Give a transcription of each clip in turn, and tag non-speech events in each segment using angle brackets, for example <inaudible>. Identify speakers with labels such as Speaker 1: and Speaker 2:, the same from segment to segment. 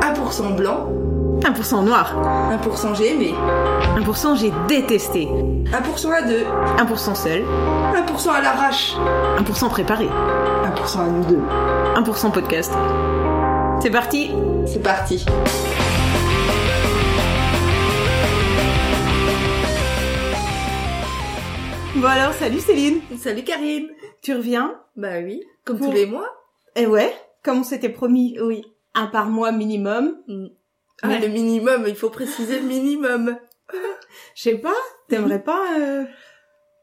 Speaker 1: 1% blanc,
Speaker 2: 1% noir,
Speaker 1: 1% j'ai aimé,
Speaker 2: 1% j'ai détesté,
Speaker 1: 1% à deux,
Speaker 2: 1% seul,
Speaker 1: 1% à l'arrache,
Speaker 2: 1% préparé,
Speaker 1: 1% à nous deux.
Speaker 2: 1% podcast. C'est parti
Speaker 1: C'est parti.
Speaker 2: Bon alors, salut Céline
Speaker 1: Salut Karine
Speaker 2: Tu reviens
Speaker 1: Bah oui, comme
Speaker 2: Bon.
Speaker 1: tous les mois.
Speaker 2: Eh ouais, comme on s'était promis,
Speaker 1: Oui.
Speaker 2: un par mois minimum.
Speaker 1: Ah,
Speaker 2: Mm. Ouais.
Speaker 1: le minimum, il faut préciser le minimum.
Speaker 2: Je sais pas, t'aimerais pas euh,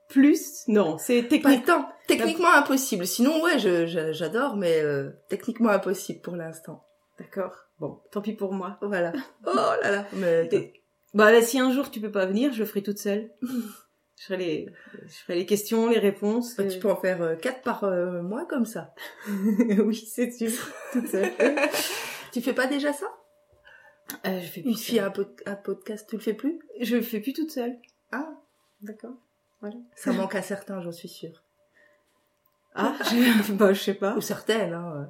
Speaker 2: plus Non,
Speaker 1: Pas
Speaker 2: c'est
Speaker 1: le
Speaker 2: technique.
Speaker 1: temps. Techniquement impossible. Sinon, ouais, je- je- j'adore, mais euh, techniquement impossible pour l'instant.
Speaker 2: D'accord. Bon, tant pis pour moi.
Speaker 1: Voilà. Oh là là. Mais
Speaker 2: Et- Bah là, si un jour tu peux pas venir, je le ferai toute <laughs> seule. Je ferai les, je ferai les questions, les réponses.
Speaker 1: Bah,
Speaker 2: euh,
Speaker 1: tu peux en faire 4 par euh, mois comme ça.
Speaker 2: <laughs> oui, c'est sûr, toute seule.
Speaker 1: tu fais pas déjà ça
Speaker 2: Euh, je fais plus
Speaker 1: Une fille
Speaker 2: seule.
Speaker 1: à un, pod- un podcast, tu le fais plus
Speaker 2: Je le fais plus toute seule.
Speaker 1: Ah,
Speaker 2: d'accord.
Speaker 1: Ça manque à certains, j'en suis sûre.
Speaker 2: <laughs> Ah, je, bah, je sais pas.
Speaker 1: Ou certaines, hein.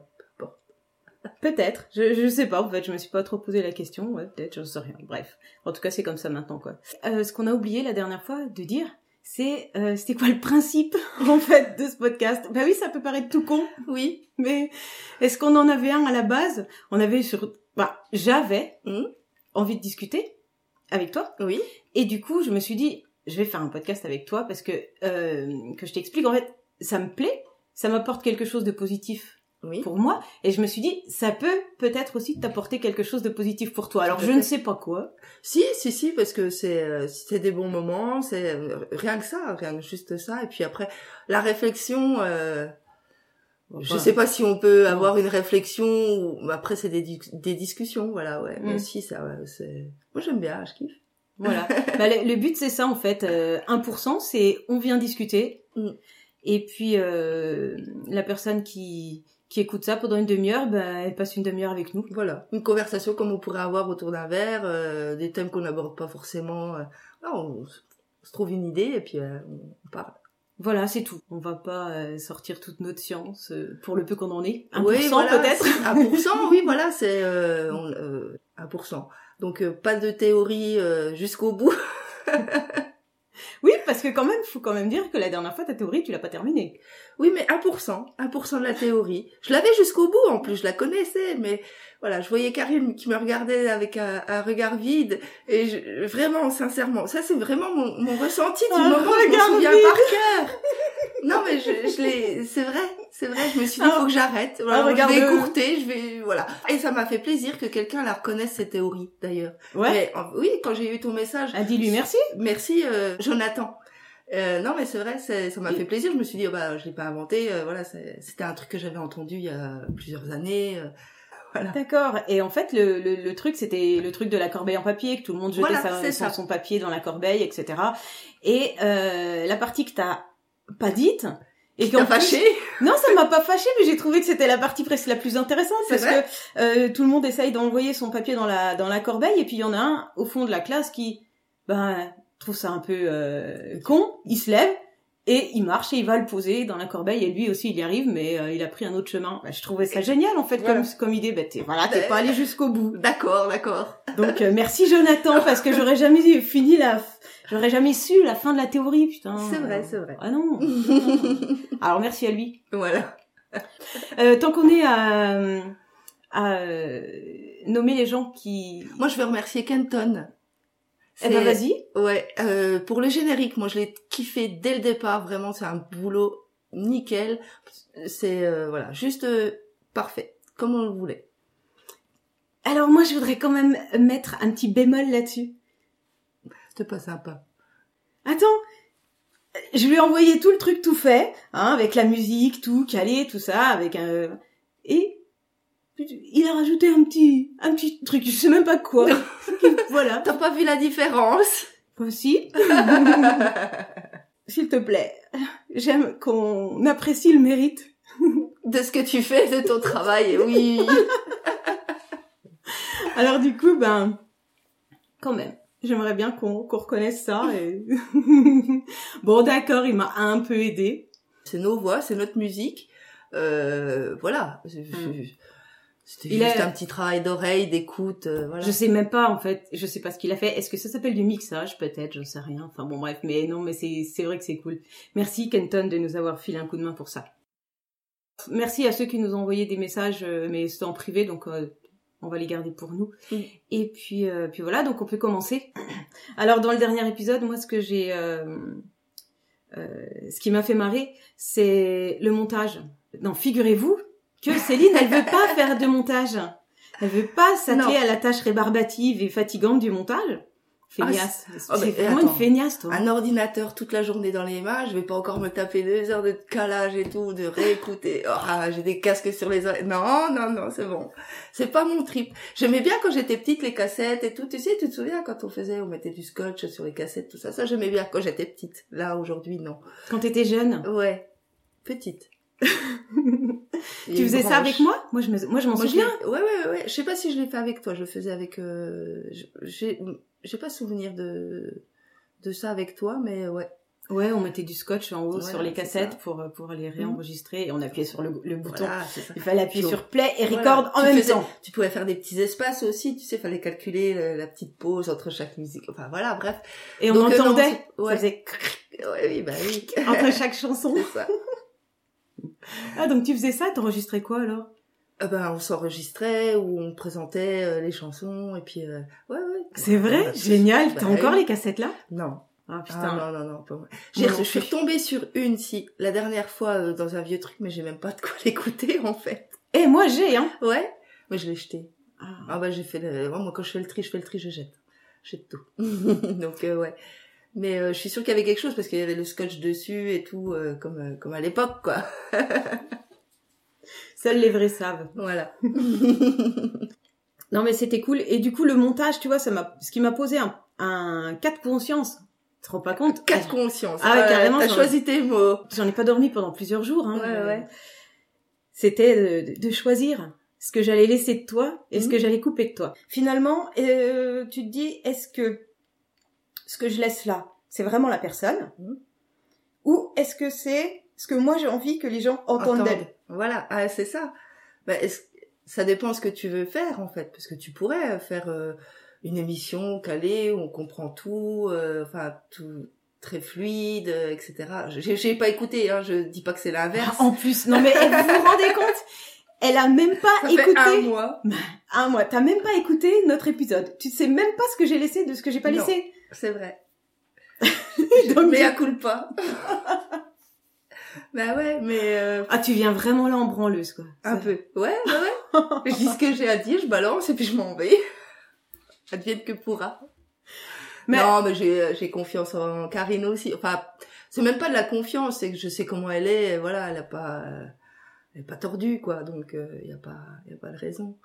Speaker 2: Peut-être. Je, je sais pas, en fait, je me suis pas trop posé la question. Ouais, peut-être, j'en sais rien. Bref. En tout cas, c'est comme ça maintenant, quoi. Euh, ce qu'on a oublié la dernière fois de dire, c'est euh, c'était quoi le principe, <laughs> en fait, de ce podcast Bah oui, ça peut paraître tout con,
Speaker 1: Oui.
Speaker 2: mais est-ce qu'on en avait un à la base On avait sur... Bah, j'avais
Speaker 1: Mhm.
Speaker 2: envie de discuter avec toi.
Speaker 1: Oui.
Speaker 2: Et du coup, je me suis dit, je vais faire un podcast avec toi parce que, euh, que je t'explique, en fait, ça me plaît, ça m'apporte quelque chose de positif
Speaker 1: Oui.
Speaker 2: pour moi et je me suis dit ça peut peut-être aussi t'apporter quelque chose de positif pour toi. Alors
Speaker 1: Tout à
Speaker 2: je
Speaker 1: fait.
Speaker 2: ne sais pas quoi.
Speaker 1: Si, si, si, parce que c'est euh, c'est des bons moments, c'est euh, rien que ça, rien que juste ça. Et puis après, la réflexion, euh, je sais pas si on peut avoir une réflexion, ou mais après c'est des, dis- des discussions, voilà, ouais. Mais
Speaker 2: Mm.
Speaker 1: si, ça, ouais, c'est... Moi j'aime bien, je kiffe.
Speaker 2: Voilà.
Speaker 1: <laughs>
Speaker 2: Bah, le, le but c'est ça en fait. Euh, 1% c'est on vient discuter
Speaker 1: Mm.
Speaker 2: et puis euh, la personne qui qui écoute ça pendant une demi-heure, bah, elle passe une demi-heure avec nous.
Speaker 1: Voilà, une conversation comme on pourrait avoir autour d'un verre, euh, des thèmes qu'on n'aborde pas forcément. euh, non, on, s- on se trouve une idée et puis euh, on parle.
Speaker 2: Voilà, c'est tout. On va pas euh, sortir toute notre science euh, pour le peu qu'on en est. 1%
Speaker 1: Oui, voilà,
Speaker 2: peut-être.
Speaker 1: c'est- 1%, oui, voilà, c'est euh, on- euh, 1%. Donc euh, pas de théorie euh, jusqu'au bout. <laughs>
Speaker 2: Oui, parce que quand même, faut quand même dire que la dernière fois ta théorie, tu l'as pas terminée.
Speaker 1: Oui, mais 1%, 1% de la théorie. Je l'avais jusqu'au bout, en plus, je la connaissais, mais voilà, je voyais Karine qui me regardait avec un, un regard vide, et je- vraiment, sincèrement, ça c'est vraiment mon, mon ressenti du
Speaker 2: Un
Speaker 1: moment, je
Speaker 2: regard
Speaker 1: m'en souviens
Speaker 2: vide.
Speaker 1: par cœur. Non, mais je, je l'ai, c'est vrai, c'est vrai, je me suis dit,
Speaker 2: Un-
Speaker 1: faut que j'arrête, voilà,
Speaker 2: un regard
Speaker 1: je vais
Speaker 2: de-
Speaker 1: écourter, je vais, voilà. Et ça m'a fait plaisir que quelqu'un la reconnaisse, cette théorie, d'ailleurs.
Speaker 2: Ouais.
Speaker 1: Mais, en- oui, quand j'ai eu ton message,
Speaker 2: Elle dit lui merci.
Speaker 1: Merci euh, Jonathan. Euh, non mais c'est vrai, c'est- ça m'a fait plaisir. Je me suis dit oh, bah je l'ai pas inventé, euh, voilà c'est- c'était un truc que j'avais entendu il y a plusieurs années. euh.
Speaker 2: D'accord. Et en fait, le, le, le truc, c'était le truc de la corbeille en papier, que tout le monde jetait
Speaker 1: Voilà,
Speaker 2: sa-
Speaker 1: c'est
Speaker 2: son,
Speaker 1: ça.
Speaker 2: son papier dans la corbeille, etc. Et euh, la partie que t'as pas dite. Et
Speaker 1: T'as
Speaker 2: qu'en plus-
Speaker 1: fâché <laughs>
Speaker 2: Non, ça m'a pas fâché, mais j'ai trouvé que c'était la partie presque la plus intéressante
Speaker 1: C'est
Speaker 2: parce
Speaker 1: vrai
Speaker 2: que euh, tout le monde essaye d'envoyer son papier dans la dans la corbeille, et puis il y en a un au fond de la classe qui ben trouve ça un peu euh, con. Il se lève et il marche et il va le poser dans la corbeille. Et lui aussi, il y arrive, mais euh, il a pris un autre chemin. Ben, je trouvais ça génial en fait
Speaker 1: Voilà.
Speaker 2: comme comme idée. Ben t'es voilà, t'es pas allé jusqu'au
Speaker 1: <laughs>
Speaker 2: bout.
Speaker 1: D'accord, d'accord.
Speaker 2: Donc euh, merci Jonathan parce que j'aurais jamais fini la j'aurais jamais su la fin de la théorie putain.
Speaker 1: C'est vrai, c'est vrai.
Speaker 2: Ah non. <laughs> Alors merci à lui.
Speaker 1: voilà.
Speaker 2: Euh, tant qu'on est à, euh, à euh, nommer les gens qui
Speaker 1: Moi je veux remercier Kenton.
Speaker 2: Eh ben
Speaker 1: C'est-
Speaker 2: vas-y.
Speaker 1: Ouais, euh, pour le générique, moi je l'ai kiffé dès le départ, vraiment c'est un boulot nickel. C'est euh, voilà, juste euh, parfait, comme on le voulait.
Speaker 2: Alors moi je voudrais quand même mettre un petit bémol là-dessus.
Speaker 1: C'était pas sympa.
Speaker 2: Attends. Je lui ai envoyé tout le truc tout fait, hein, avec la musique, tout calé, tout ça, avec un et il a rajouté un petit un petit truc, je sais même pas <laughs> quoi. voilà.
Speaker 1: T'as pas vu la différence
Speaker 2: <laughs> Aussi. S'il te plaît, j'aime qu'on apprécie le mérite.
Speaker 1: de ce que tu fais, de ton travail. Oui.
Speaker 2: Alors du coup, ben, quand même, j'aimerais bien qu'on qu'on reconnaisse ça. et- <laughs> bon, d'accord, il m'a un peu aidé.
Speaker 1: c'est nos voix, c'est notre musique. Euh, voilà. Je- je- C'était
Speaker 2: Mm. Il
Speaker 1: juste
Speaker 2: a-
Speaker 1: un petit travail d'oreille, d'écoute, euh, voilà.
Speaker 2: Je sais même pas en fait, je sais pas ce qu'il a fait. Est-ce que ça s'appelle du mixage peut-être, j'en sais rien. Enfin bon bref, mais non mais c'est c'est vrai que c'est cool. Merci Kenton de nous avoir filé un coup de main pour ça. Merci à ceux qui nous ont envoyé des messages euh, mais c'était en privé donc euh, on va les garder pour nous.
Speaker 1: Mm.
Speaker 2: Et puis euh, puis voilà, donc on peut commencer. Alors dans le dernier épisode, moi ce que j'ai euh, euh, ce qui m'a fait marrer, c'est le montage. Non, figurez-vous que Céline, elle veut pas faire de montage. Elle veut pas s'atteler
Speaker 1: Non.
Speaker 2: à la tâche rébarbative et fatigante du montage. Feignasse.
Speaker 1: Ah,
Speaker 2: c'est
Speaker 1: mais- et
Speaker 2: vraiment
Speaker 1: attends.
Speaker 2: une feignasse, toi.
Speaker 1: Un ordinateur toute la journée dans les mains, je vais pas encore me taper deux heures de calage et tout, de réécouter. Oh, ah, j'ai des casques sur les oreilles. Non, non, non, c'est bon. C'est pas mon trip. J'aimais bien quand j'étais petite les cassettes et tout. Tu sais, tu te souviens quand on faisait, on mettait du scotch sur les cassettes, tout ça. Ça, j'aimais bien quand j'étais petite. Là, aujourd'hui, non.
Speaker 2: Quand t'étais jeune.
Speaker 1: Ouais. Petite. Il y a
Speaker 2: <laughs> Tu
Speaker 1: une
Speaker 2: faisais ça
Speaker 1: branche.
Speaker 2: avec moi? Moi, je me, moi, je m'en
Speaker 1: Moi, je
Speaker 2: souviens.
Speaker 1: l'ai- Ouais, ouais, ouais. Je sais pas si je l'ai fait avec toi. Je le faisais avec. euh, J'ai, j'ai pas souvenir de de ça avec toi, mais ouais.
Speaker 2: Ouais, on mettait du scotch en haut
Speaker 1: Voilà,
Speaker 2: sur les
Speaker 1: c'est
Speaker 2: cassettes
Speaker 1: ça. Mhm.
Speaker 2: pour, euh, pour les réenregistrer et on appuyait sur le, le bouton.
Speaker 1: Voilà, c'est ça.
Speaker 2: Il fallait appuyer
Speaker 1: Puis on-
Speaker 2: sur play et
Speaker 1: Voilà.
Speaker 2: record en
Speaker 1: Tu
Speaker 2: même
Speaker 1: faisais-
Speaker 2: temps.
Speaker 1: Tu pouvais faire des petits espaces aussi. Tu sais, fallait calculer le- la petite pause entre chaque musique. Enfin voilà, bref.
Speaker 2: Et on
Speaker 1: Donc, euh, non,
Speaker 2: entendait.
Speaker 1: c'est-
Speaker 2: Ça
Speaker 1: ouais.
Speaker 2: faisait
Speaker 1: Ouais, oui, bah
Speaker 2: <laughs>
Speaker 1: oui.
Speaker 2: entre chaque chanson.
Speaker 1: c'est ça.
Speaker 2: Ah, donc tu faisais ça, t'enregistrais quoi alors?
Speaker 1: Euh, ben, on s'enregistrait ou on présentait euh, les chansons et puis euh, ouais, ouais.
Speaker 2: C'est vrai,
Speaker 1: Bah,
Speaker 2: génial.
Speaker 1: bah
Speaker 2: T'as
Speaker 1: oui.
Speaker 2: encore les cassettes là
Speaker 1: Non.
Speaker 2: Ah
Speaker 1: Ah,
Speaker 2: putain.
Speaker 1: non, non, non, pas moi. J'ai-
Speaker 2: non
Speaker 1: je suis
Speaker 2: plus.
Speaker 1: retombée sur une, si, la dernière fois euh, dans un vieux truc, mais j'ai même pas de quoi <laughs> l'écouter, en fait.
Speaker 2: Eh moi j'ai hein.
Speaker 1: Ouais, mais je l'ai jeté. Ah bah j'ai fait, le... vraiment, moi quand je fais le tri, je fais le tri, je jette. Je jette tout. <laughs> Donc euh, ouais. Mais euh, je suis sûre qu'il y avait quelque chose parce qu'il y avait le scotch dessus et tout, euh, comme, euh, comme à l'époque, quoi.
Speaker 2: Seuls les vrais savent.
Speaker 1: Voilà.
Speaker 2: Non mais c'était cool. Et du coup le montage, tu vois, ça m'a, ce qui m'a posé un, un cas de conscience. Tu te rends pas compte
Speaker 1: Quatre consciences.
Speaker 2: Ah ouais, carrément,
Speaker 1: T'as
Speaker 2: j'en-
Speaker 1: choisi tes mots.
Speaker 2: J'en ai pas dormi pendant plusieurs jours. Hein,
Speaker 1: Ouais,
Speaker 2: Euh,
Speaker 1: ouais.
Speaker 2: C'était de, de choisir ce que j'allais laisser de toi et ce
Speaker 1: Mhm.
Speaker 2: que j'allais couper de toi. Finalement, euh, tu te dis, est-ce que ce que je laisse là, c'est vraiment la personne
Speaker 1: Mhm.
Speaker 2: Ou est-ce que c'est ce que moi j'ai envie que les gens entendent d'elle
Speaker 1: Entendre. Voilà, ah, c'est ça. Bah, est-ce- ça dépend ce que tu veux faire en fait, parce que tu pourrais euh, faire euh, une émission calée où on comprend tout, euh, enfin tout très fluide, euh, etc. J'ai, j'ai pas écouté, hein, je dis pas que c'est
Speaker 2: Ah,
Speaker 1: l'inverse.
Speaker 2: en plus, non mais eh, vous vous rendez compte Elle a même pas
Speaker 1: ça
Speaker 2: écouté.
Speaker 1: fait un mois,
Speaker 2: Ah, moi, t'as même pas écouté notre épisode. Tu sais même pas ce que j'ai laissé de ce que j'ai pas
Speaker 1: Non.
Speaker 2: laissé.
Speaker 1: c'est vrai.
Speaker 2: <laughs> Donc,
Speaker 1: mais à coup pas. <laughs> bah ouais, mais euh,
Speaker 2: Ah, tu viens vraiment là en branleuse quoi.
Speaker 1: un
Speaker 2: Ça-
Speaker 1: peu. Ouais, ouais.
Speaker 2: <laughs>
Speaker 1: ouais. je dis ce que j'ai à dire, je balance et puis je m'en vais. <laughs> Advienne que pourra.
Speaker 2: Mais
Speaker 1: Non, mais j'ai j'ai confiance en Karine aussi. Enfin, c'est même pas de la confiance, c'est que je sais comment elle est. Voilà, elle a pas, euh, elle est pas tordue quoi. Donc euh, il y a pas, y a pas de raison.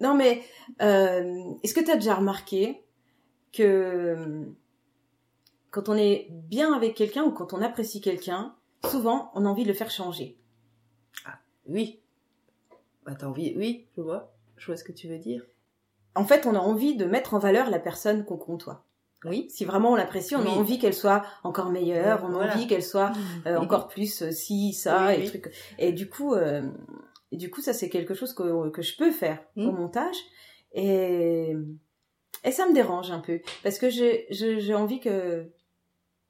Speaker 2: non mais euh, est-ce que t'as déjà remarqué que euh, quand on est bien avec quelqu'un ou quand on apprécie quelqu'un, souvent on a envie de le faire changer.
Speaker 1: Oui. Attends, oui, oui, je vois. Je vois ce que tu veux dire.
Speaker 2: En fait, on a envie de mettre en valeur la personne qu'on côtoie.
Speaker 1: Oui.
Speaker 2: Si vraiment on l'apprécie, on a
Speaker 1: Oui.
Speaker 2: envie qu'elle soit encore meilleure, on a
Speaker 1: Voilà.
Speaker 2: envie qu'elle soit Euh, encore plus euh, si ça
Speaker 1: Mhm. Oui,
Speaker 2: et
Speaker 1: oui.
Speaker 2: truc et du coup euh, et du coup ça c'est quelque chose que, que je peux faire
Speaker 1: Mm.
Speaker 2: au montage et et ça me dérange un peu parce que j'ai je- j'ai envie que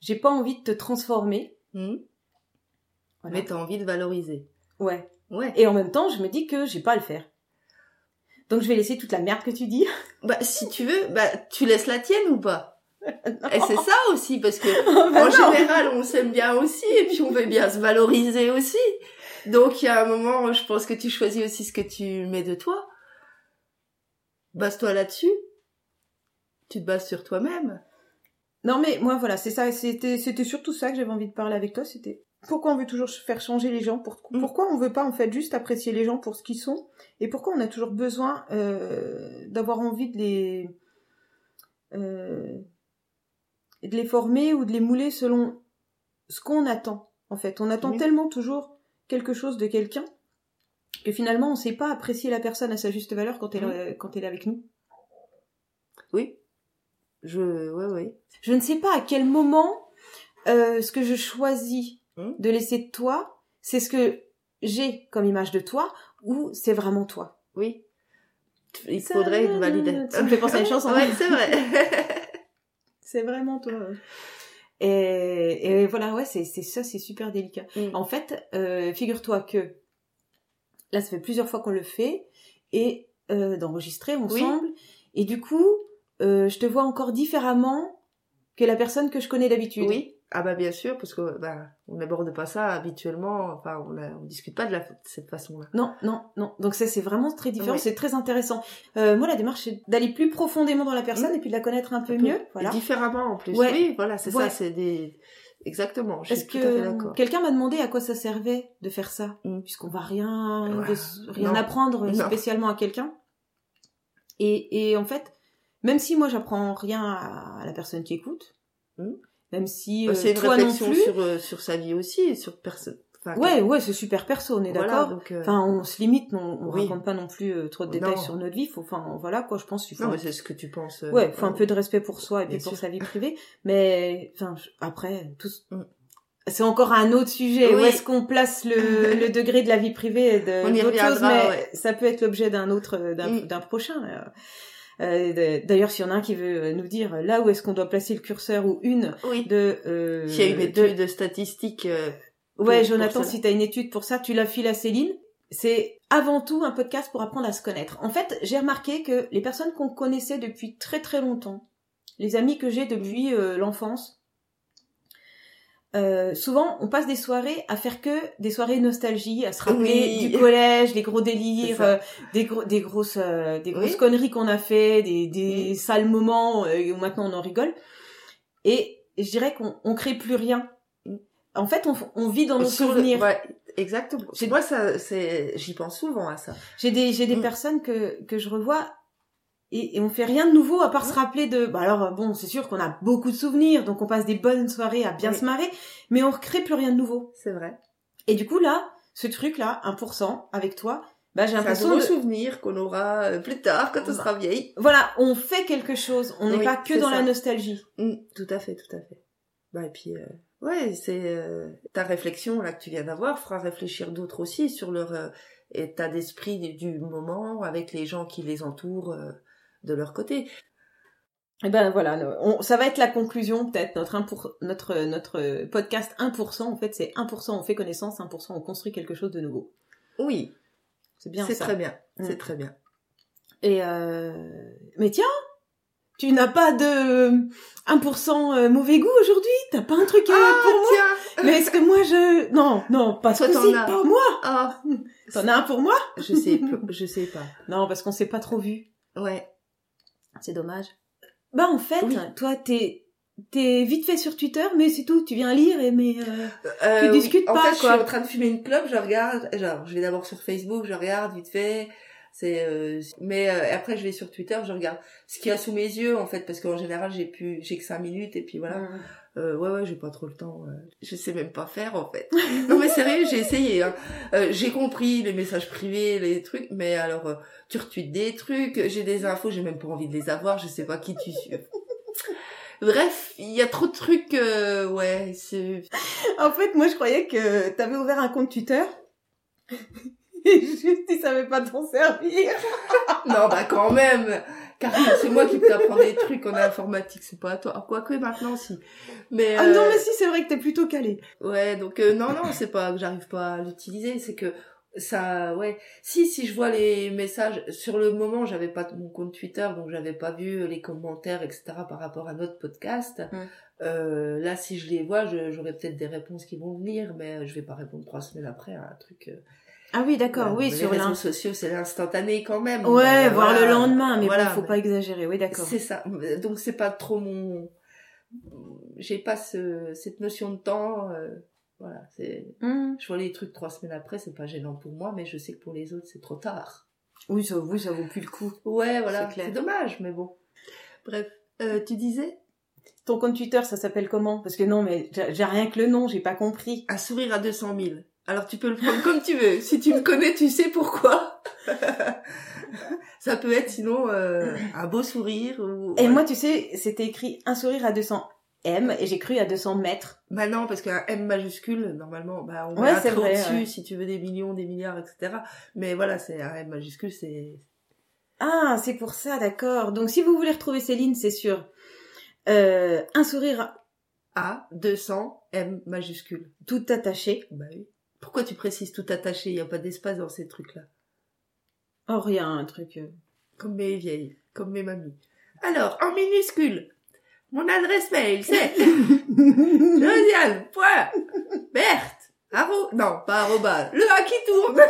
Speaker 2: j'ai pas envie de te transformer
Speaker 1: Hmm.
Speaker 2: Voilà.
Speaker 1: Mais t'as envie de valoriser.
Speaker 2: ouais
Speaker 1: Ouais.
Speaker 2: et en même temps je me dis que j'ai pas à le faire donc je vais laisser toute la merde que tu dis <laughs>
Speaker 1: Bah si tu veux, bah tu laisses la tienne ou pas. Et c'est ça aussi parce que
Speaker 2: <laughs> Bah
Speaker 1: en
Speaker 2: non.
Speaker 1: général, on s'aime bien aussi et puis on veut bien se valoriser aussi. Donc il y a un moment, je pense que tu choisis aussi ce que tu mets de toi. Base-toi là-dessus. Tu te bases sur toi-même.
Speaker 2: Non mais moi voilà, c'est ça, c'était c'était surtout ça que j'avais envie de parler avec toi, c'était pourquoi on veut toujours faire changer les gens, pour-
Speaker 1: Mm.
Speaker 2: pourquoi on veut pas en fait juste apprécier les gens pour ce qu'ils sont et pourquoi on a toujours besoin euh, d'avoir envie de les euh, de les former ou de les mouler selon ce qu'on attend en fait. On attend
Speaker 1: Oui.
Speaker 2: tellement toujours quelque chose de quelqu'un que finalement on sait pas apprécier la personne à sa juste valeur quand elle
Speaker 1: Mm.
Speaker 2: euh, quand elle est avec nous.
Speaker 1: Oui. Je, ouais, ouais.
Speaker 2: Je ne sais pas à quel moment euh, ce que je choisis
Speaker 1: Hmm.
Speaker 2: de laisser de toi, c'est ce que j'ai comme image de toi ou c'est vraiment toi
Speaker 1: Oui. Il faudrait une validation.
Speaker 2: Ça me fait penser à une chanson.
Speaker 1: ouais, c'est
Speaker 2: <laughs>
Speaker 1: vrai.
Speaker 2: c'est vraiment toi. Et, et voilà, ouais, c'est c'est ça, c'est super délicat.
Speaker 1: Mm.
Speaker 2: En fait, euh, figure-toi que là, ça fait plusieurs fois qu'on le fait et euh, d'enregistrer
Speaker 1: Oui.
Speaker 2: ensemble. Et du coup, euh, je te vois encore différemment que la personne que je connais d'habitude.
Speaker 1: Oui. Ah bah bien sûr, parce que bah, on n'aborde pas ça habituellement, enfin on ne discute pas de, la, de cette façon-là.
Speaker 2: Non, non, non. Donc ça, c'est vraiment très différent.
Speaker 1: Ouais.
Speaker 2: C'est très intéressant. Euh, moi, la démarche, c'est d'aller plus profondément dans la personne
Speaker 1: Mm.
Speaker 2: et puis de la connaître un peu
Speaker 1: Un peu.
Speaker 2: mieux. Voilà.
Speaker 1: Et différemment en plus.
Speaker 2: Ouais.
Speaker 1: Oui, voilà, c'est
Speaker 2: Ouais.
Speaker 1: ça, c'est des... Exactement, je
Speaker 2: Est-ce
Speaker 1: suis tout à fait
Speaker 2: que
Speaker 1: d'accord.
Speaker 2: quelqu'un m'a demandé à quoi ça servait de faire ça
Speaker 1: Mm.
Speaker 2: Puisqu'on va rien,
Speaker 1: Ouais.
Speaker 2: de- rien
Speaker 1: Non.
Speaker 2: apprendre
Speaker 1: Non.
Speaker 2: spécialement à quelqu'un. Et, et en fait, même si moi j'apprends rien à, à la personne qui écoute,
Speaker 1: Mm.
Speaker 2: même si
Speaker 1: Bah,
Speaker 2: euh,
Speaker 1: c'est une
Speaker 2: toi non
Speaker 1: réflexion
Speaker 2: plus,
Speaker 1: sur, euh, sur sa vie aussi, et sur personne. Enfin,
Speaker 2: ouais, ouais, c'est super perso, on est
Speaker 1: voilà,
Speaker 2: d'accord.
Speaker 1: donc, euh,
Speaker 2: Enfin, on se limite, on, on
Speaker 1: Oui.
Speaker 2: raconte pas non plus euh, trop de détails
Speaker 1: Non.
Speaker 2: sur notre vie. Faut, enfin, voilà quoi, je pense qu'il faut
Speaker 1: non, mais c'est ce que tu penses. euh,
Speaker 2: Ouais, faut un
Speaker 1: euh,
Speaker 2: peu de respect pour soi et puis
Speaker 1: bien
Speaker 2: pour
Speaker 1: sûr.
Speaker 2: sa vie privée. Mais enfin, je- après, tout... ce-
Speaker 1: Mm.
Speaker 2: c'est encore un autre sujet. Où
Speaker 1: Oui.
Speaker 2: est-ce qu'on
Speaker 1: <laughs>
Speaker 2: place le, le degré de la vie privée et de
Speaker 1: On y
Speaker 2: d'autres choses,
Speaker 1: reviendra,
Speaker 2: mais
Speaker 1: ouais.
Speaker 2: ça peut être l'objet d'un autre, euh, d'un
Speaker 1: Mm.
Speaker 2: d'un prochain. euh. Euh, de- D'ailleurs, s'il y en a un qui veut euh, nous dire là où est-ce qu'on doit placer le curseur ou une
Speaker 1: Oui.
Speaker 2: de, euh,
Speaker 1: S'il y a une
Speaker 2: de-
Speaker 1: étude statistique. euh,
Speaker 2: Ouais,
Speaker 1: pour
Speaker 2: Jonathan,
Speaker 1: cela.
Speaker 2: si t'as une étude pour ça, tu la files à Céline. C'est avant tout un podcast pour apprendre à se connaître. En fait, j'ai remarqué que les personnes qu'on connaissait depuis très très longtemps, les amis que j'ai depuis euh, l'enfance, euh, souvent on passe des soirées à faire que des soirées nostalgie, à se rappeler
Speaker 1: Oui.
Speaker 2: du collège, des gros
Speaker 1: C'est
Speaker 2: délires,
Speaker 1: ça.
Speaker 2: euh, des, gros, des grosses, euh, des
Speaker 1: Oui.
Speaker 2: grosses conneries qu'on a fait, des, des sales moments euh, où maintenant on en rigole. Et je dirais qu'on on crée plus rien. En fait, on, on vit dans nos
Speaker 1: sur le-
Speaker 2: souvenirs.
Speaker 1: ouais, exactement. Moi, ça, c'est, j'y pense souvent à ça.
Speaker 2: J'ai des, j'ai des
Speaker 1: Mm.
Speaker 2: personnes que, que je revois et, et on fait rien de nouveau à
Speaker 1: Mm.
Speaker 2: part se rappeler de. Bah alors, euh, bon, c'est sûr qu'on a beaucoup de souvenirs, donc on passe des bonnes soirées à bien
Speaker 1: Oui.
Speaker 2: se marrer, mais on recrée plus rien de nouveau.
Speaker 1: C'est vrai.
Speaker 2: Et du coup, là, ce truc-là, 1% avec toi, bah j'ai
Speaker 1: C'est un
Speaker 2: l'impression
Speaker 1: gros
Speaker 2: de.
Speaker 1: souvenir qu'on aura euh, plus tard quand on
Speaker 2: Bah.
Speaker 1: sera vieille.
Speaker 2: Voilà, on fait quelque chose, on n'est
Speaker 1: Oui,
Speaker 2: pas que
Speaker 1: c'est
Speaker 2: dans la
Speaker 1: ça.
Speaker 2: nostalgie.
Speaker 1: Mm, tout à fait, tout à fait. Bah, et puis, euh, ouais, c'est euh, ta réflexion là que tu viens d'avoir fera réfléchir d'autres aussi sur leur euh, état d'esprit du, du moment avec les gens qui les entourent euh, de leur côté.
Speaker 2: Et ben voilà, le- on- ça va être la conclusion peut-être, notre, 1 pour- notre, notre podcast 1%, en fait c'est 1% on fait connaissance, 1% on construit quelque chose de nouveau.
Speaker 1: Oui,
Speaker 2: C'est bien
Speaker 1: c'est
Speaker 2: ça.
Speaker 1: très bien.
Speaker 2: Mm.
Speaker 1: C'est très bien.
Speaker 2: Et euh... Mais tiens, tu n'as pas de 1% euh, mauvais goût aujourd'hui T'as pas un truc euh, pour moi
Speaker 1: Ah, tiens
Speaker 2: Mais est-ce que moi je... Non, non, pas
Speaker 1: Toi,
Speaker 2: ce
Speaker 1: t'en
Speaker 2: coup-ci,
Speaker 1: as.
Speaker 2: pas moi
Speaker 1: Ah,
Speaker 2: T'en as un pour moi
Speaker 1: je sais, plus- je sais pas.
Speaker 2: Non, parce qu'on s'est pas trop vu.
Speaker 1: Ouais.
Speaker 2: C'est dommage. Bah en fait,
Speaker 1: Oui.
Speaker 2: toi t'es... T'es vite fait sur Twitter, mais c'est tout, tu viens lire et mais... euh,
Speaker 1: Euh,
Speaker 2: Tu
Speaker 1: oui.
Speaker 2: discutes
Speaker 1: en
Speaker 2: pas,
Speaker 1: fait,
Speaker 2: quoi.
Speaker 1: Je suis en train de fumer une clope, je regarde. Genre, je vais d'abord sur Facebook, je regarde vite fait. C'est, euh, mais euh, après, je vais sur Twitter, je regarde ce qu'il y a sous mes yeux en fait, parce qu'en général, j'ai plus, j'ai que cinq minutes et puis voilà. Euh, ouais, ouais, j'ai pas trop le temps. euh. Je sais même pas faire en
Speaker 2: <laughs>
Speaker 1: fait. non mais sérieux, j'ai essayé. hein. Euh, j'ai compris les messages privés, les trucs, mais alors euh, tu retweets des trucs, j'ai des infos, j'ai même pas envie de les avoir, je sais pas qui tu suis. <laughs> Bref, il y a trop de trucs. euh, ouais, c'est
Speaker 2: En fait, moi, je croyais que t'avais ouvert un compte Twitter. <laughs> Et juste, tu savais pas t'en servir.
Speaker 1: Non, bah quand même Karine, c'est moi qui t'apprends des trucs en informatique, c'est pas à toi. Quoique maintenant, si. Mais,
Speaker 2: Ah non,
Speaker 1: euh,
Speaker 2: mais si, c'est vrai que t'es plutôt calé.
Speaker 1: Ouais, donc euh, non, non, c'est pas que j'arrive pas à l'utiliser, c'est que ça, ouais. Si, si je vois les messages, sur le moment, j'avais pas mon compte Twitter, donc j'avais pas vu les commentaires, etc. par rapport à notre podcast.
Speaker 2: Mm.
Speaker 1: Euh, là, si je les vois, je- j'aurai peut-être des réponses qui vont venir, mais euh, je vais pas répondre trois semaines après à un truc. euh,
Speaker 2: Ah oui, d'accord,
Speaker 1: voilà.
Speaker 2: oui,
Speaker 1: Euh, Mais
Speaker 2: sur
Speaker 1: les réseaux
Speaker 2: l'un.
Speaker 1: sociaux, c'est l'instantané quand même.
Speaker 2: Ouais,
Speaker 1: Euh,
Speaker 2: voir le
Speaker 1: voilà.
Speaker 2: lendemain, mais
Speaker 1: Voilà,
Speaker 2: bon, faut
Speaker 1: mais-
Speaker 2: pas exagérer, oui, d'accord.
Speaker 1: C'est ça. Donc c'est pas trop mon. J'ai pas ce, cette notion de temps. euh, voilà. C'est.
Speaker 2: Hmm.
Speaker 1: Je vois les trucs trois semaines après, c'est pas gênant pour moi, mais je sais que pour les autres, c'est trop tard.
Speaker 2: Oui, ça, oui, ça vaut plus le coup.
Speaker 1: Ouais, voilà.
Speaker 2: C'est clair.
Speaker 1: C'est dommage, mais bon. Bref. Euh, tu disais
Speaker 2: Ton compte Twitter, ça s'appelle comment Parce que non, mais j'ai j'ai rien que le nom, j'ai pas compris.
Speaker 1: Un sourire à 200 000. Alors tu peux le <laughs> prendre comme tu veux. Si tu me connais, tu sais <laughs> pourquoi. ça peut être sinon euh, un beau sourire ou.
Speaker 2: Et moi, tu sais, c'était écrit un sourire à 200 M et j'ai cru à 200 mètres.
Speaker 1: Bah non, parce qu'un M majuscule, normalement, bah on
Speaker 2: Ouais,
Speaker 1: va
Speaker 2: c'est
Speaker 1: un trait
Speaker 2: vrai,
Speaker 1: au-dessus
Speaker 2: ouais.
Speaker 1: si tu veux des millions, des milliards, etc. Mais voilà, c'est un M majuscule, c'est...
Speaker 2: Ah, c'est pour ça, d'accord. Donc si vous voulez retrouver Céline, c'est sûr. Euh, un sourire
Speaker 1: A, 200, M majuscule.
Speaker 2: tout attaché.
Speaker 1: Bah oui. Pourquoi tu précises tout attaché Il n'y a pas d'espace dans ces trucs-là.
Speaker 2: Oh, rien, un
Speaker 1: <laughs>
Speaker 2: truc. euh.
Speaker 1: Comme mes vieilles, comme mes mamies. Alors, en minuscule, mon adresse mail,
Speaker 2: <laughs>
Speaker 1: c'est Josiane, point, Berthe, arro... Non, pas arroba, le A qui tourne,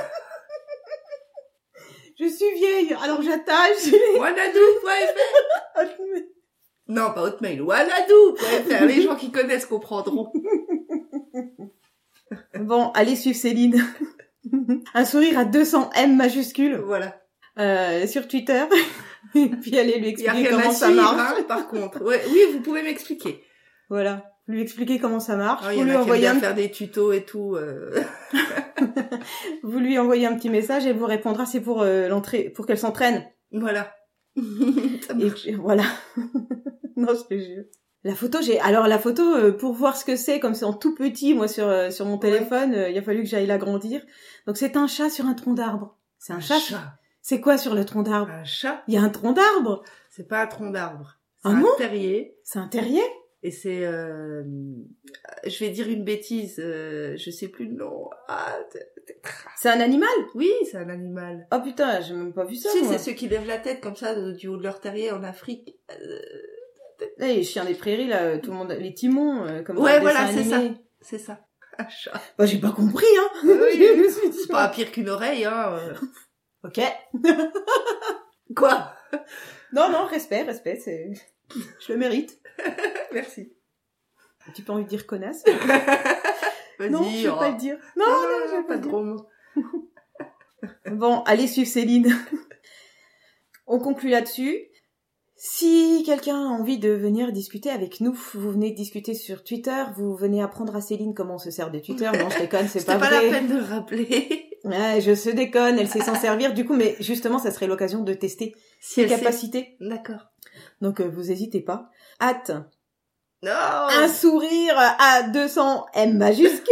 Speaker 2: Je suis vieille, alors <laughs> j'attache.
Speaker 1: wanadoo.fr. Non, pas Hotmail, wanadoo.fr. Les gens qui connaissent comprendront.
Speaker 2: bon, allez
Speaker 1: <laughs>
Speaker 2: suivre Céline. un sourire à 200 M majuscule
Speaker 1: Voilà.
Speaker 2: euh,
Speaker 1: <laughs>
Speaker 2: sur Twitter. et puis allez lui
Speaker 1: Il y a
Speaker 2: expliquer
Speaker 1: rien à
Speaker 2: comment ça
Speaker 1: suivre,
Speaker 2: marche.
Speaker 1: hein, par contre. Ouais, oui, vous pouvez m'expliquer.
Speaker 2: Voilà. Lui expliquer comment ça marche.
Speaker 1: Ah, Il
Speaker 2: vous,
Speaker 1: y en a
Speaker 2: lui
Speaker 1: qui aiment
Speaker 2: envoyez
Speaker 1: bien
Speaker 2: un,
Speaker 1: faire des tutos et tout. euh, <laughs>
Speaker 2: vous lui envoyez un petit message et elle vous répondra c'est pour euh, l'entrée, pour qu'elle s'entraîne.
Speaker 1: Voilà. <laughs> Ça
Speaker 2: Et
Speaker 1: marche.
Speaker 2: puis, voilà. <laughs> non, je te jure. La photo, j'ai alors la photo euh, pour voir ce que c'est, comme c'est en tout petit, moi sur euh, sur mon téléphone, euh, il a fallu que j'aille l'agrandir. Donc c'est un chat sur un tronc d'arbre. C'est un chat. sur-
Speaker 1: chat.
Speaker 2: C'est quoi sur le tronc d'arbre
Speaker 1: Un chat,
Speaker 2: Il y a un tronc d'arbre.
Speaker 1: c'est pas un tronc d'arbre. C'est
Speaker 2: Ah
Speaker 1: un
Speaker 2: bon
Speaker 1: terrier.
Speaker 2: C'est un terrier.
Speaker 1: Et c'est... euh, Je vais dire une bêtise. euh, Je sais plus le nom. Ah, c'est-
Speaker 2: C'est un animal.
Speaker 1: oui, c'est un animal.
Speaker 2: Oh putain, j'ai même pas vu
Speaker 1: Tu
Speaker 2: ça.
Speaker 1: sais,
Speaker 2: moi.
Speaker 1: c'est ceux qui lèvent la tête comme ça de- du haut de leur terrier en Afrique. Euh,
Speaker 2: Là, Eh, les chiens des prairies, là, euh, tout le monde, les timons, euh, comme
Speaker 1: Ouais,
Speaker 2: dans le
Speaker 1: voilà,
Speaker 2: dessin
Speaker 1: c'est
Speaker 2: animé.
Speaker 1: C'est ça. Un chat.
Speaker 2: Bah j'ai pas compris, hein. Je
Speaker 1: <laughs>
Speaker 2: me
Speaker 1: Oui,
Speaker 2: suis dit,
Speaker 1: c'est pas pire qu'une oreille, hein. euh.
Speaker 2: <laughs> Ok.
Speaker 1: Quoi
Speaker 2: Non, non, respect, respect, c'est. <laughs> Je le mérite.
Speaker 1: Merci.
Speaker 2: Tu peux envie de dire connasse
Speaker 1: Vas-y.
Speaker 2: Non, je vais
Speaker 1: oh.
Speaker 2: pas le dire. Non,
Speaker 1: Non,
Speaker 2: non, je vais pas
Speaker 1: pas
Speaker 2: le
Speaker 1: de
Speaker 2: dire.
Speaker 1: gros mots.
Speaker 2: Bon, allez suivre Céline. <laughs> On conclut là-dessus. Si quelqu'un a envie de venir discuter avec nous, vous venez discuter sur Twitter, vous venez apprendre à Céline comment on se sert de Twitter. Non, <laughs> je déconne, c'est
Speaker 1: C'était
Speaker 2: pas,
Speaker 1: pas,
Speaker 2: vrai.
Speaker 1: la peine de le rappeler.
Speaker 2: Ouais, je se déconne, elle sait s'en servir. Du coup, mais justement, ça serait l'occasion de tester
Speaker 1: <laughs> si
Speaker 2: ses
Speaker 1: elle sait.
Speaker 2: capacités.
Speaker 1: D'accord.
Speaker 2: Donc, euh, vous hésitez pas. Hâte
Speaker 1: Non
Speaker 2: un sourire à 200 M majuscule.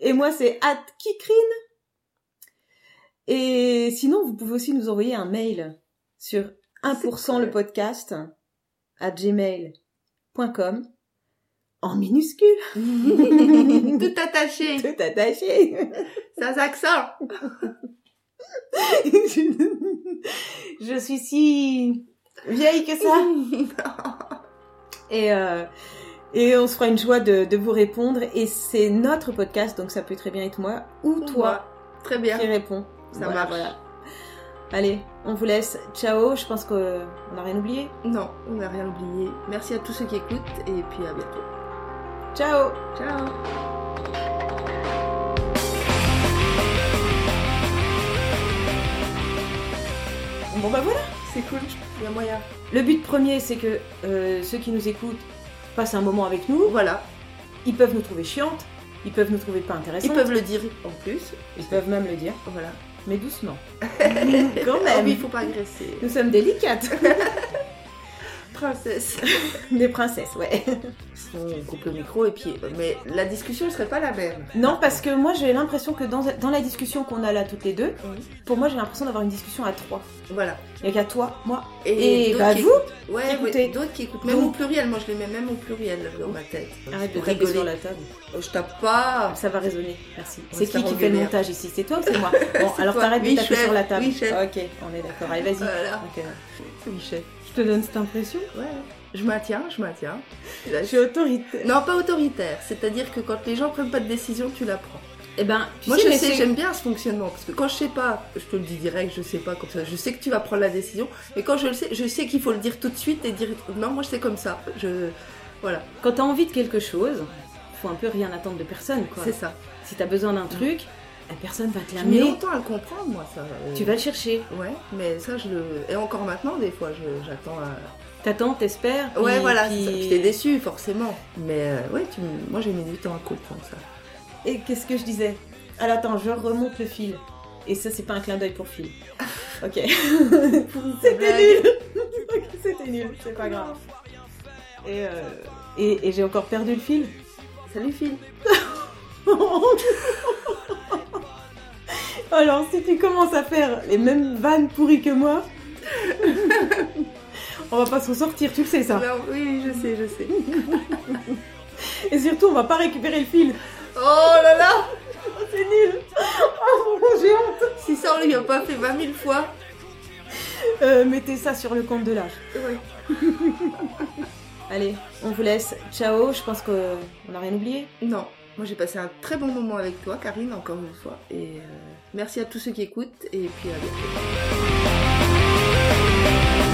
Speaker 2: Et moi, c'est at Kikrine. Et sinon, vous pouvez aussi nous envoyer un mail sur 1% le podcast à gmail.com en minuscule,
Speaker 1: Tout <laughs> attaché.
Speaker 2: tout attaché. <laughs>
Speaker 1: Sans accent.
Speaker 2: Je suis si vieille que
Speaker 1: Ah.
Speaker 2: ça. Et, euh, et on se fera une joie de, de vous répondre. Et c'est notre podcast, donc ça peut très bien être moi ou toi
Speaker 1: Très bien.
Speaker 2: qui réponds.
Speaker 1: Ça marche.
Speaker 2: Allez, on vous laisse. Ciao. Je pense qu'on n'a rien oublié.
Speaker 1: Non, on n'a rien oublié. Merci à tous ceux qui écoutent et puis à bientôt.
Speaker 2: Ciao.
Speaker 1: Ciao.
Speaker 2: Bon bah voilà.
Speaker 1: C'est cool. Il y a moyen.
Speaker 2: Le but premier, c'est que euh, ceux qui nous écoutent passent un moment avec nous.
Speaker 1: Voilà.
Speaker 2: Ils peuvent nous trouver chiantes. Ils peuvent nous trouver pas
Speaker 1: Ils
Speaker 2: intéressantes.
Speaker 1: peuvent le dire en plus.
Speaker 2: Ils peuvent même le dire,
Speaker 1: Voilà. <laughs>
Speaker 2: mais doucement.
Speaker 1: Oh,
Speaker 2: Quand
Speaker 1: mais il
Speaker 2: même.
Speaker 1: faut pas agresser.
Speaker 2: Nous sommes délicates. <laughs>
Speaker 1: Princesse.
Speaker 2: Des princesses, ouais.
Speaker 1: Sinon, on coupe le micro et puis. Mais la discussion ne serait pas la même.
Speaker 2: Non, parce que moi j'ai l'impression que dans, dans la discussion qu'on a là toutes les deux,
Speaker 1: Oui.
Speaker 2: pour moi j'ai l'impression d'avoir une discussion à trois.
Speaker 1: Voilà.
Speaker 2: Il n'y a qu'à toi, moi. Et
Speaker 1: d'autres
Speaker 2: bah
Speaker 1: qui
Speaker 2: vous
Speaker 1: écoutent. Ouais,
Speaker 2: écoutez.
Speaker 1: ouais, d'autres qui écoutent. Même
Speaker 2: Donc- Ah.
Speaker 1: au pluriel. Moi, je les mets même au pluriel dans ma tête.
Speaker 2: Arrête de
Speaker 1: Pour
Speaker 2: taper
Speaker 1: rigoler.
Speaker 2: sur la table.
Speaker 1: Je tape pas.
Speaker 2: Ça va résonner, merci.
Speaker 1: On
Speaker 2: C'est
Speaker 1: se
Speaker 2: qui
Speaker 1: fait
Speaker 2: qui fait le
Speaker 1: engueuler.
Speaker 2: montage ici C'est toi ou
Speaker 1: <laughs>
Speaker 2: c'est moi Bon,
Speaker 1: C'est
Speaker 2: alors
Speaker 1: toi.
Speaker 2: t'arrêtes de
Speaker 1: Oui,
Speaker 2: taper
Speaker 1: chef.
Speaker 2: sur la table.
Speaker 1: Oui, chef. Euh,
Speaker 2: Ok, on est d'accord. Allez, vas-y.
Speaker 1: Voilà. Euh,
Speaker 2: Ok.
Speaker 1: C'est Michel.
Speaker 2: Je te donne cette impression
Speaker 1: Ouais. Je maintiens, je maintiens.
Speaker 2: Je suis autoritaire.
Speaker 1: Non, pas autoritaire. C'est-à-dire que quand les gens prennent pas de décision, tu la prends.
Speaker 2: Eh ben, tu
Speaker 1: Moi,
Speaker 2: sais,
Speaker 1: je
Speaker 2: mais
Speaker 1: sais,
Speaker 2: c'est-
Speaker 1: j'aime bien ce fonctionnement. Parce que quand je sais pas, je te le dis direct, je sais pas comme ça. Je sais que tu vas prendre la décision. Mais quand je le sais, je sais qu'il faut le dire tout de suite et dire non, moi, c'est comme ça. Je. Voilà,
Speaker 2: quand t'as envie de quelque chose, faut un peu rien attendre de personne, quoi.
Speaker 1: c'est ça. Mm.
Speaker 2: Si t'as besoin d'un truc, la personne va te
Speaker 1: J'ai mis
Speaker 2: l'amener.
Speaker 1: longtemps à le comprendre, moi, ça. Euh,
Speaker 2: Tu vas le chercher.
Speaker 1: Ouais, mais ça, je le. Et encore maintenant, des fois, je- j'attends à.
Speaker 2: T'attends, t'espères.
Speaker 1: Ouais,
Speaker 2: puis-
Speaker 1: voilà, c'est
Speaker 2: puis-
Speaker 1: ça. Puis t'es déçu, forcément. Mais euh, ouais, tu... m- moi, j'ai mis du temps à comprendre ça.
Speaker 2: Et qu'est-ce que je disais Alors attends, je remonte le fil. Et ça, c'est pas un clin d'œil pour <laughs> fil. <laughs> Ok. C'était nul. C'était nul, c'est pas grave. Et, euh, et, et j'ai encore perdu le fil. <laughs>
Speaker 1: Salut Phil.
Speaker 2: Alors, si tu commences à faire les mêmes vannes pourries que moi, <laughs> on va pas s'en sortir, tu le sais ça.
Speaker 1: Non, oui, je sais, je sais.
Speaker 2: Et surtout, on va pas récupérer le fil.
Speaker 1: Oh là là
Speaker 2: Oh, C'est nul. <laughs> Oh, j'ai honte.
Speaker 1: Si ça, on lui a pas fait 20 000 fois.
Speaker 2: Euh, mettez ça sur le compte de l'âge.
Speaker 1: Ouais.
Speaker 2: Allez, on vous laisse. Ciao. Je pense qu'on n'a rien oublié.
Speaker 1: Non, moi j'ai passé un très bon moment avec toi, Karine, encore une fois. Et euh, merci à tous ceux qui écoutent. Et puis à bientôt.